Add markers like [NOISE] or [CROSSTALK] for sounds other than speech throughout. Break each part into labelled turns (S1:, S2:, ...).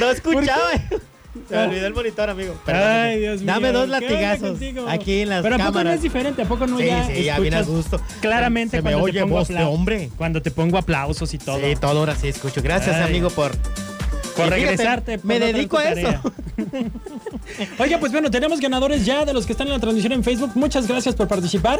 S1: No escuchaba.
S2: [LAUGHS]
S1: Se me olvidó el monitor, amigo. Perdóname.
S2: Ay, Dios mío.
S1: Dame dos
S2: ¿qué onda
S1: latigazos
S2: contigo?
S1: aquí en las
S2: Pero ¿a poco no
S1: cámaras.
S2: es diferente? ¿A poco no
S1: Sí,
S2: ya
S1: sí, ya
S2: escuchas
S1: bien a gusto.
S2: Claramente
S1: Se me
S2: cuando
S1: oye
S2: te pongo
S1: voz de
S2: apla-
S1: hombre.
S2: Cuando te pongo aplausos y todo.
S1: Sí, todo ahora sí escucho. Gracias,
S2: Ay.
S1: amigo, por.
S2: Por
S1: Y fíjate,
S2: regresarte. por
S1: me
S2: no traer
S1: dedico
S2: tu
S1: a eso.
S2: tarea. [LAUGHS] Oiga, pues bueno, tenemos ganadores ya de los que están en la transmisión en Facebook. Muchas gracias por participar.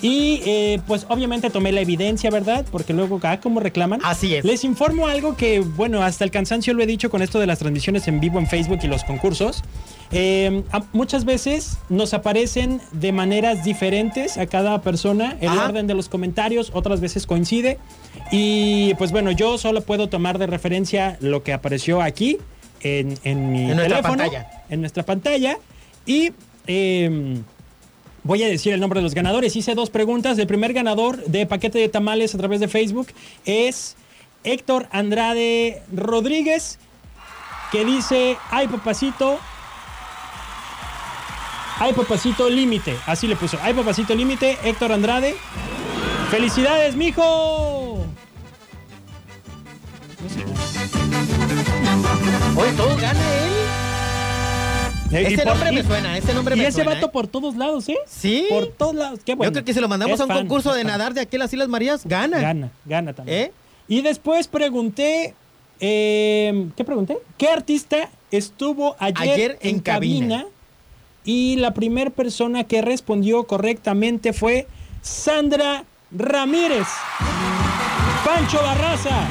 S2: Y eh, pues obviamente tomé la evidencia, ¿verdad? Porque luego, ah, como reclaman.
S1: Así es.
S2: Les informo algo que, bueno, hasta el cansancio lo he dicho con esto de las transmisiones en vivo en Facebook y los concursos. Eh, a- muchas veces nos aparecen de maneras diferentes a cada persona el
S1: Ajá.
S2: orden de los comentarios, otras veces coincide. Y pues bueno, yo solo puedo tomar de referencia lo que apareció aquí en, en mi
S1: En nuestra
S2: teléfono,
S1: pantalla.
S2: en nuestra pantalla. Y eh, voy a decir el nombre de los ganadores. Hice dos preguntas. El primer ganador de paquete de tamales a través de Facebook es Héctor Andrade Rodríguez, que dice, ay papacito, ay papacito límite. Así le puso, ay papacito límite, Héctor Andrade. Felicidades, mijo.
S1: Oye, todo gana él.
S2: Eh, y
S1: Este
S2: por-
S1: nombre me
S2: y-
S1: suena, este nombre
S2: Y
S1: me
S2: ese
S1: suena.
S2: vato
S1: ¿eh?
S2: por todos lados, ¿eh?
S1: Sí.
S2: Por todos lados. Qué bueno.
S1: Yo creo que si lo mandamos
S2: Es
S1: a un
S2: fan,
S1: concurso
S2: es
S1: de
S2: fan.
S1: nadar de aquí a las Islas Marías, gana.
S2: Gana, gana también.
S1: ¿Eh?
S2: Y después pregunté, eh, ¿qué pregunté? ¿Qué artista estuvo ayer,
S1: Ayer en
S2: en cabina?
S1: cabina?
S2: Y la primera persona que respondió correctamente fue Sandra Ramírez. Pancho Barraza.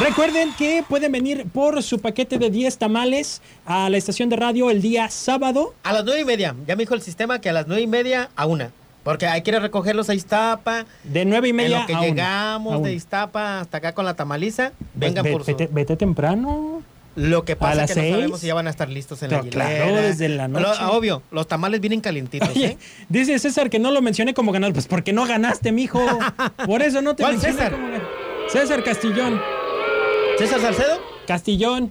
S2: Recuerden que pueden venir por su paquete de 10 tamales a la estación de radio el día sábado.
S1: A las nueve y media. Ya me dijo el sistema que a las nueve y media a una. Porque hay que ir a recogerlos a Iztapa.
S2: De nueve y media
S1: en lo que
S2: a una,
S1: llegamos
S2: a una. Pues
S1: de Iztapa hasta acá con la tamaliza, vengan
S2: Ve-
S1: por su...
S2: vete, vete temprano.
S1: Lo que pasa
S2: las
S1: es que no sabemos
S2: seis.
S1: si ya van a estar listos en la
S2: Pero claro,
S1: hilera.
S2: desde la
S1: Lo-
S2: noche.
S1: obvio, los tamales vienen calientitos,
S2: Oye,
S1: ¿eh?
S2: dice César que no lo mencioné como ganador. Pues porque no ganaste, mijo. Por eso no te
S1: ¿Cuál
S2: mencioné
S1: César?
S2: como ganador. César Castillón.
S1: ¿César Salcedo?
S2: Castillón. Y-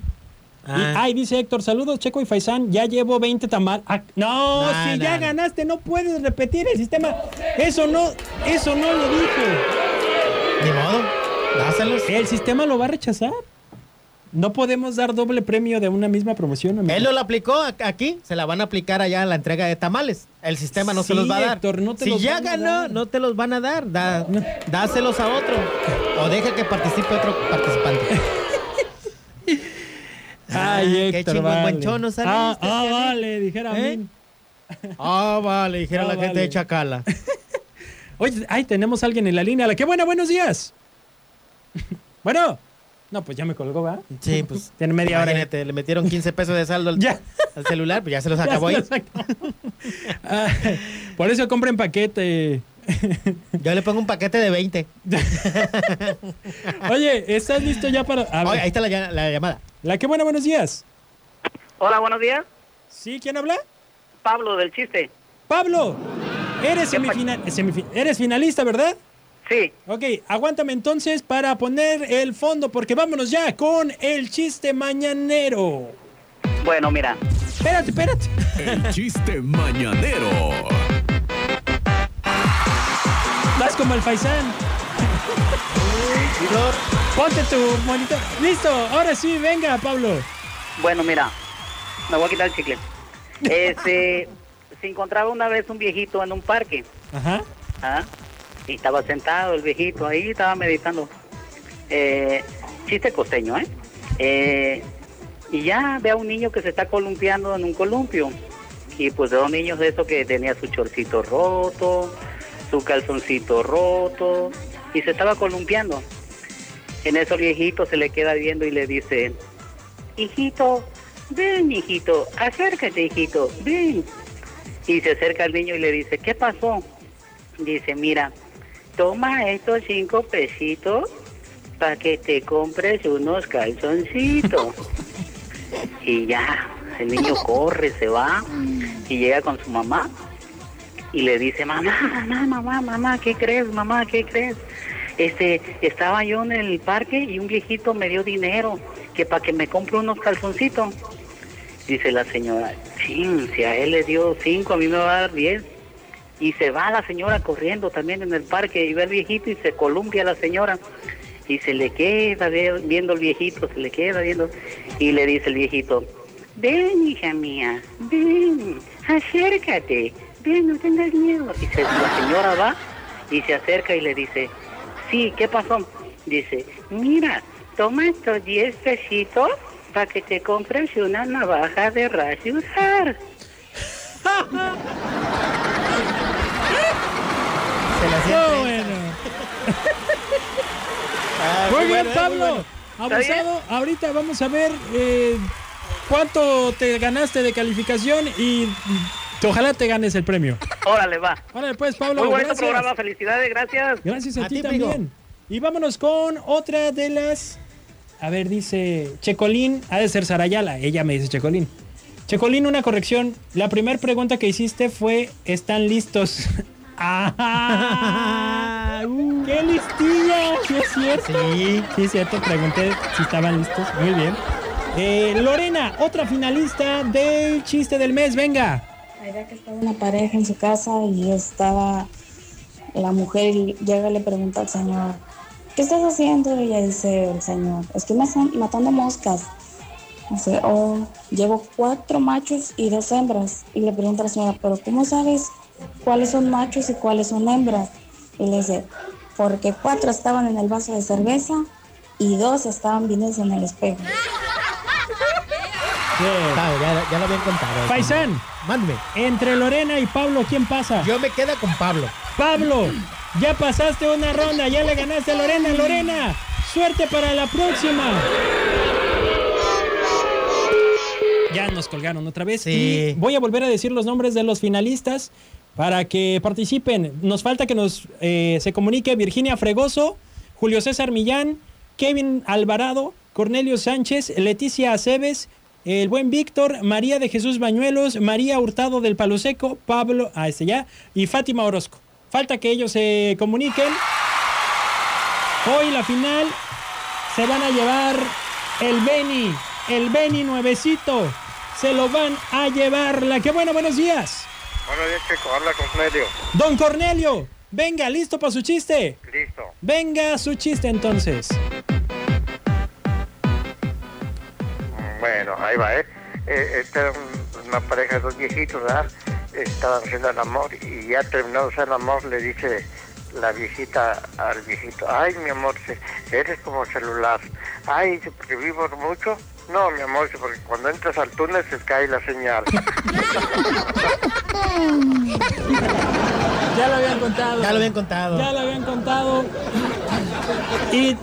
S1: Ah.
S2: ay, dice Héctor, saludos Checo y Faisán, ya llevo 20 tamales. no,
S1: No,
S2: si
S1: no,
S2: ya
S1: no.
S2: ganaste, no puedes repetir el sistema. Eso no, eso no lo dije.
S1: Ni modo, dáselos.
S2: El sistema lo va a rechazar. No podemos dar doble premio de una misma promoción, amigo.
S1: Él no lo aplicó a- aquí, se la van a aplicar allá en la entrega de tamales. El sistema no
S2: Sí,
S1: se los va a dar.
S2: Héctor, no te
S1: si
S2: los
S1: ya
S2: van a
S1: ganó,
S2: dar.
S1: no te los van a dar. Da-
S2: No.
S1: Dáselos a otro. O deja que participe otro participante.
S2: [LAUGHS] Ay,
S1: Ah, qué
S2: Héctor,
S1: chingón,
S2: vale.
S1: buen chono, ¿sabes?
S2: Ah,
S1: Este,
S2: ah,
S1: ¿eh?
S2: vale, dijera
S1: ¿Eh?
S2: Min.
S1: Ah, vale, dijera
S2: Ah,
S1: la gente
S2: vale.
S1: de Chacala.
S2: Oye, ay, tenemos a alguien en la línea. La que buena, buenos días. [LAUGHS] bueno. No, pues ya me colgó, ¿verdad?
S1: Sí, pues.
S2: Tiene [LAUGHS] media hora.
S1: imagínate, le metieron 15 pesos de saldo al,
S2: Ya.
S1: al celular, pues ya se los
S2: [LAUGHS] Ya
S1: acabó
S2: se
S1: ahí.
S2: nos acabó. Ah, por eso compren paquete. [LAUGHS]
S1: Yo le pongo un paquete de 20.
S2: Oye, ¿estás listo ya para...? a ver,
S1: Oye, ahí está la, ll- la llamada.
S2: la que buena, buenos días.
S3: Hola, buenos días.
S2: ¿Sí? ¿Quién habla?
S3: Pablo del chiste.
S2: Pablo, eres,
S3: ¿Qué pa-
S2: semifinal, semifi- eres finalista, ¿verdad?
S3: Sí,
S2: Ok, aguántame entonces para poner el fondo porque vámonos ya con el chiste mañanero.
S3: bueno, mira.
S2: Espérate, espérate.
S4: El chiste mañanero.
S2: Vas como el faisán. Ponte tu monitor. Listo, ahora sí, venga, Pablo.
S3: Bueno, mira, me voy a quitar el chicle. Este, se encontraba una vez un viejito en un parque,
S2: Ajá.
S3: ¿ah? y estaba sentado el viejito ahí, estaba meditando. Eh, chiste costeño, ¿eh? Eh, Y ya ve a un niño que se está columpiando en un columpio. Y pues de dos niños de esos que tenía su chorcito roto, su calzoncito roto, y se estaba columpiando. En eso el viejito se le queda viendo y le dice, hijito, ven, hijito, acércate, hijito, ven. Y se acerca al niño y le dice, ¿qué pasó? Dice, mira, toma estos cinco pesitos para que te compres unos calzoncitos. y ya, el niño corre, se va y llega con su mamá y le dice, mamá, mamá, mamá, mamá, ¿qué crees, mamá, qué crees? Este, estaba yo en el parque y un viejito me dio dinero que para que me compre unos calzoncitos. Dice la señora, "Chin, si a él le dio cinco, a mí me va a dar diez. y se va la señora corriendo también en el parque y ve al viejito y se columpia la señora y se le queda ve- viendo el viejito, se le queda viendo y le dice el viejito, ven hija mía, ven, acércate, ven, no tengas miedo. Y se- la señora va y se acerca y le dice, sí, ¿qué pasó? Dice, mira, toma estos 10 pesitos para que te compres una navaja de rasurar.
S1: Se la
S2: [LAUGHS]
S1: hacía
S2: No,
S1: en
S2: bueno.
S1: trenza. Ah,
S2: Muy bien,
S1: bueno, eh, muy
S2: Pablo.
S1: bueno.
S3: ¿Está
S2: Abusado. Ahorita vamos a ver eh, cuánto te ganaste de calificación y te- ojalá te ganes el premio.
S3: Órale, va.
S2: Ahora después, Pablo.
S3: Muy bonito
S2: gracias.
S3: programa, felicidades, gracias.
S2: Gracias a,
S1: A
S2: ti
S1: ti,
S2: también.
S1: amigo.
S2: Y vámonos con otra de las. A ver, dice Checolín, ha de ser Sarayala. Ella me dice Checolín. Checolín, una corrección. La primera pregunta que hiciste fue: ¿están listos? [LAUGHS] ¡Ah! ¡Qué listilla! ¿Sí es cierto? Sí, es cierto. Pregunté si estaban listos. Muy bien. Eh, Lorena, otra finalista del chiste del mes. Venga.
S5: Era que estaba una pareja en su casa y estaba la mujer y llega y le pregunta al señor, ¿qué estás haciendo? Y ella dice, el señor, estoy mas- matando moscas. Dice, oh, llevo cuatro machos y dos hembras. Y le pregunta a la señora, ¿pero cómo sabes cuáles son machos y cuáles son hembras? Y le dice, porque cuatro estaban en el vaso de cerveza y dos estaban viéndose en el espejo.
S2: Bien.
S1: Claro, Ah, ya, ya lo habían contado.
S2: Paisán.
S1: Mándeme.
S2: Entre Lorena y Pablo, ¿quién pasa?
S1: Yo me queda con Pablo.
S2: Pablo, ya pasaste una ronda, ya le ganaste a Lorena. Lorena, suerte para la próxima. Ya nos colgaron otra vez.
S1: Sí.
S2: Y voy a volver a decir los nombres de los finalistas para que participen. Nos falta que nos eh, se comunique Virginia Fregoso, Julio César Millán, Kevin Alvarado, Cornelio Sánchez, Leticia Aceves, el buen Víctor, María de Jesús Bañuelos, María Hurtado del Palo Seco, Pablo, ah, este ya, y Fátima Orozco. Falta que ellos se comuniquen. Hoy la final se van a llevar el Beni, el Beni nuevecito. Se lo van a llevar. La que bueno, buenos días.
S6: Buenos días, Checo. Habla con Cornelio.
S2: Don Cornelio, venga, listo para su chiste.
S6: Listo.
S2: Venga su chiste entonces.
S6: Mm, Bueno, ahí va, ¿eh? Eh, Esta era un- una pareja de dos viejitos, ¿verdad? Estaban haciendo el amor y ya terminado el amor le dice la viejita al viejito, ay, mi amor, se- eres como celular. Ay, dice, porque vivo mucho. No, mi amor, dice, porque cuando entras al túnel se cae la señal.
S2: Ya lo habían contado.
S1: Ya lo habían contado.
S2: Ya lo habían contado. Y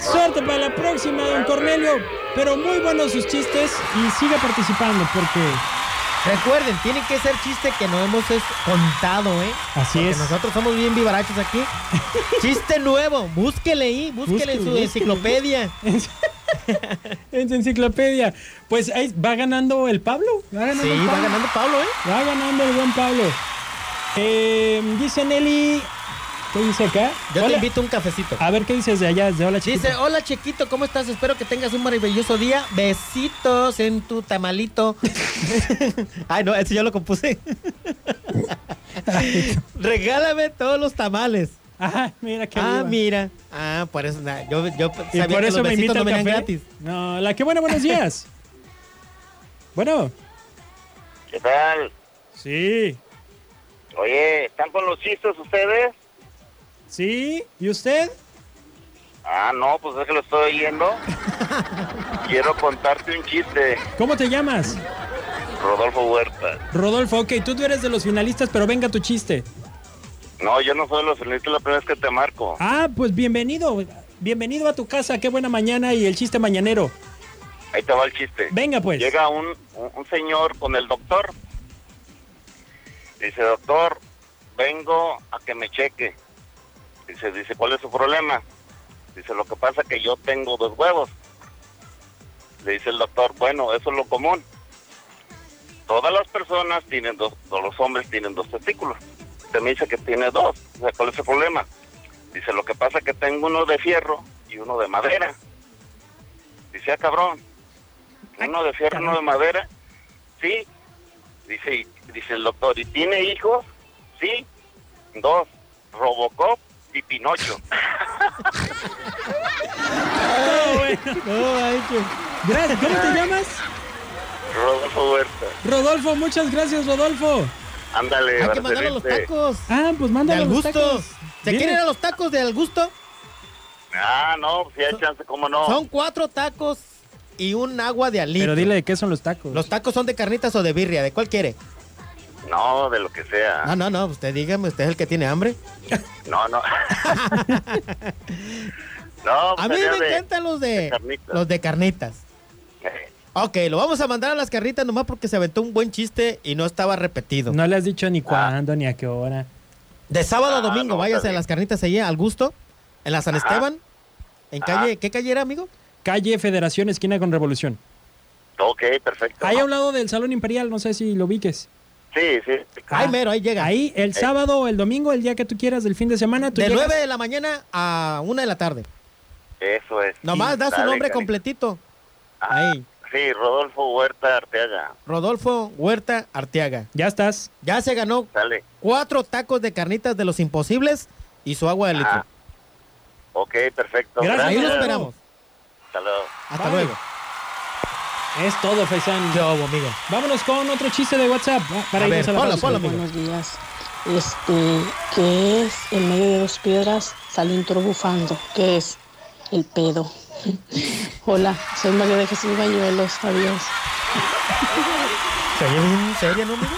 S2: suerte para la próxima, don Cornelio. Pero muy buenos sus chistes y siga participando porque
S1: Recuerden, tiene que ser chiste que no hemos es- contado, ¿eh?
S2: Así
S1: Porque
S2: es.
S1: Nosotros somos bien
S2: [LAUGHS]
S1: vivarachos aquí. chiste nuevo, búsquele ahí, búsquele en su
S2: Búsquele,
S1: enciclopedia.
S2: en su enciclopedia, pues ahí va ganando el Pablo. Va ganando el
S1: Sí, va
S2: Pablo.
S1: ganando Pablo, ¿eh?
S2: Va ganando el buen Pablo. Eh, dice Nelly. ¿Qué dice acá?
S1: Yo te
S2: Hola.
S1: invito un cafecito.
S2: A ver qué dices de allá, de hola chiquita.
S1: Dice, hola chiquito, ¿cómo estás? Espero que tengas un maravilloso día. Besitos en tu tamalito.
S2: [LAUGHS]
S1: Ay, no, eso yo lo compuse. [LAUGHS] Regálame todos los tamales.
S2: [LAUGHS] Ajá, mira qué
S1: Ah,
S2: viva.
S1: mira. Ah, por eso, na- yo, yo
S2: Y
S1: sabía
S2: por
S1: que
S2: eso
S1: los
S2: me
S1: besitos
S2: invita
S1: no
S2: al
S1: venían
S2: café.
S1: gratis.
S2: No, la que buena, buenos días. bueno,
S7: [LAUGHS] ¿Qué tal?
S2: sí,
S7: Oye, ¿están con los chistes ustedes?
S2: sí. ¿Y usted?
S7: Ah, no, pues es que lo estoy oyendo. Quiero contarte un chiste,
S2: ¿Cómo te llamas?
S7: Rodolfo Huerta.
S2: Rodolfo, ok, tú eres de los finalistas, pero venga tu chiste.
S7: No, yo no soy de los felices la primera vez que te marco.
S2: Ah, pues bienvenido. Bienvenido a tu casa, qué buena mañana y el chiste mañanero.
S7: Ahí te va el chiste.
S2: Venga pues.
S7: Llega un, un- un señor con el doctor. Dice, doctor, vengo a que me cheque. Dice, dice, ¿cuál es su problema? Dice, lo que pasa que yo tengo dos huevos. Le dice el doctor, bueno, eso es lo común. Todas las personas tienen dos, todos los hombres tienen dos testículos. Usted me dice que tiene dos. O sea, ¿cuál es el problema? Dice, lo que pasa que tengo uno de fierro y uno de madera. Dice, ah, cabrón, uno de fierro, uno de madera. Sí. Dice, y- dice el doctor, ¿y tiene hijos? Sí, dos, Robocop y
S1: [LAUGHS]
S7: Pinocho.
S2: No, ay, qué- Gracias. ¿Cómo te llamas?
S7: Rodolfo Huerta.
S2: Rodolfo, muchas gracias, Rodolfo.
S7: Ándale,
S1: Hay que mandar a los
S7: Barcelete.
S1: tacos.
S2: Ah, pues
S1: De
S2: mándale
S1: al
S2: los
S1: gusto.
S2: tacos.
S1: ¿Se
S2: Viene-
S1: quieren ir a los tacos de al gusto?
S7: Ah, no, si hay chance, ¿cómo no?
S1: Son cuatro tacos y un agua de alito.
S2: Pero dile de qué son los tacos.
S1: Los tacos son de carnitas o de birria, ¿de cuál quiere?
S7: No, de lo que sea.
S1: Ah, no, no, usted dígame, usted es el que tiene hambre.
S7: No,
S1: [LAUGHS]
S7: no. no,
S1: A mí
S7: sería
S1: me
S7: de-
S1: encantan los de,
S7: de carnitas.
S1: los de carnitas.
S7: Eh,
S1: Ok, lo vamos a mandar a las carnitas nomás porque se aventó un buen chiste y no estaba repetido.
S2: No le has dicho
S1: Ah.
S2: ni cuándo ni a qué hora.
S1: De sábado a
S7: Ah,
S1: domingo,
S7: no,
S1: váyase
S7: está
S1: a
S7: bien.
S1: las carnitas allá, al gusto, en la San Esteban, en
S7: Ajá.
S1: calle, ¿qué calle era, amigo?
S2: Calle Federación, esquina con Revolución.
S7: Ok, perfecto.
S1: Ah.
S2: Ahí a un lado del Salón Imperial, no sé si lo ubiques.
S7: Sí, sí.
S1: Ay, mero, ahí llega.
S2: Ahí el sábado o el domingo, el día que tú quieras, del fin de semana, tú
S1: Eh. de
S2: llegas-
S1: 9 de la mañana a 1 de la tarde.
S7: Eso es.
S1: Nomás da su
S7: Dale,
S1: nombre
S7: cariño.
S1: completito.
S7: Ajá.
S1: Ahí,
S7: Sí, Rodolfo Huerta Arteaga.
S1: Rodolfo Huerta Arteaga.
S2: Ya estás.
S1: Ya se ganó
S7: Sale.
S1: cuatro tacos de carnitas de los imposibles y su agua de litro.
S7: Ah, ok, perfecto.
S2: Gracias,
S1: Ahí lo
S2: Rodolfo.
S1: esperamos.
S7: Hasta luego.
S1: Hasta
S2: Bye.
S1: luego.
S2: Es todo, Faisan.
S1: Yo, amigo?
S2: Vámonos con otro chiste de WhatsApp ah, para
S1: A
S2: irnos
S1: ver,
S2: a la pausa.
S1: ponlo, ponlo, amigo.
S5: Buenos días. Este, ¿qué es en medio de dos piedras sale un toro bufando? ¿Qué es? El pedo. [LAUGHS] Hola, soy María de Jesús Bañuelos. Adiós.
S1: ¿Se oye bien seria, no, amigo?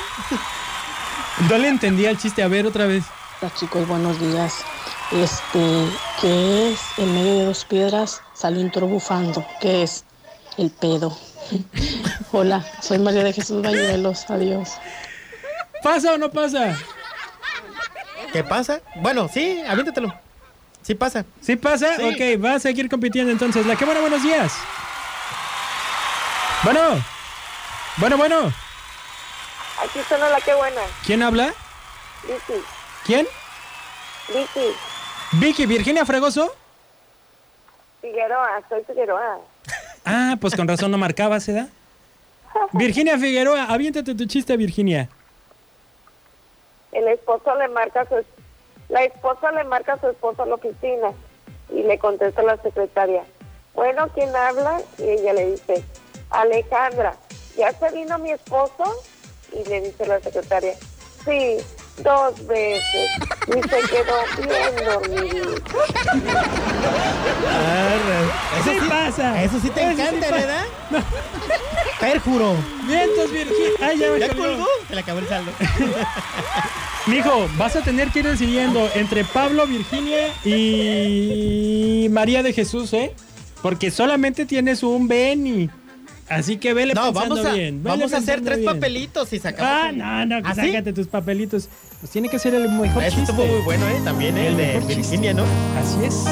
S2: No le entendía el chiste. A ver, otra vez.
S5: Hola chicos, buenos días. Este, ¿qué es? En medio de dos piedras sale un toro bufando. ¿Qué es? El pedo. [LAUGHS] Hola, soy María de Jesús Bañuelos. Adiós.
S2: ¿Pasa o no pasa?
S1: ¿Qué pasa? Bueno, sí, aviéntatelo. Sí pasa.
S2: ¿Sí pasa?
S1: Sí.
S2: Ok, va a seguir compitiendo entonces. La cámara, buenos días. Bueno. Bueno, bueno.
S8: Aquí suena la que buena.
S2: ¿Quién habla?
S8: Vicky,
S2: ¿Quién?
S8: Vicky,
S2: Vicky, Virginia Fregoso.
S8: Figueroa, soy Figueroa.
S2: Ah, pues con razón no marcaba, ¿se da? Virginia Figueroa, aviéntate tu chiste, Virginia.
S8: El esposo le marca a su es- la esposa le marca a su esposo a la oficina y le contesta la secretaria. Bueno, ¿quién habla? Y ella le dice, Alejandra, ¿ya se vino mi esposo? Y le dice la secretaria, sí, dos veces. Y se quedó bien dormido.
S1: Eso
S2: Sí pasa.
S1: Eso sí te
S2: Eso sí
S1: encanta,
S2: pasa.
S1: ¿verdad?
S2: [LAUGHS]
S1: Perjuro.
S2: Vientos, Virginia. Ay, ya me
S1: ¿Ya
S2: colgó.
S1: colgó? Se le acabó el [LAUGHS] saldo.
S2: Mijo, vas a tener que ir decidiendo entre Pablo, Virginia y María de Jesús, ¿eh? Porque solamente tienes un Benny. Así que vele
S1: No,
S2: pensando
S1: vamos a,
S2: bien. vele
S1: vamos a hacer
S2: pensando
S1: tres
S2: bien.
S1: papelitos y sacamos.
S2: Ah,
S1: un-
S2: no, no, que
S1: ¿Ah, sí?
S2: sácate tus papelitos. Pues tiene que ser el mejor
S1: Eso
S2: chiste.
S1: estuvo muy bueno, ¿eh? También el,
S2: El
S1: de
S2: mejor chiste.
S1: Virginia, ¿no?
S2: Así es.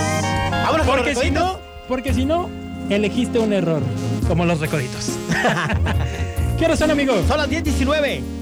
S1: Vámonos con
S2: Porque
S1: los
S2: si no,
S1: recoditos.
S2: porque si no, elegiste
S1: [LAUGHS]
S2: un error. Como los recoditos. ¿Qué hora son, amigos?
S1: Son las 10.19.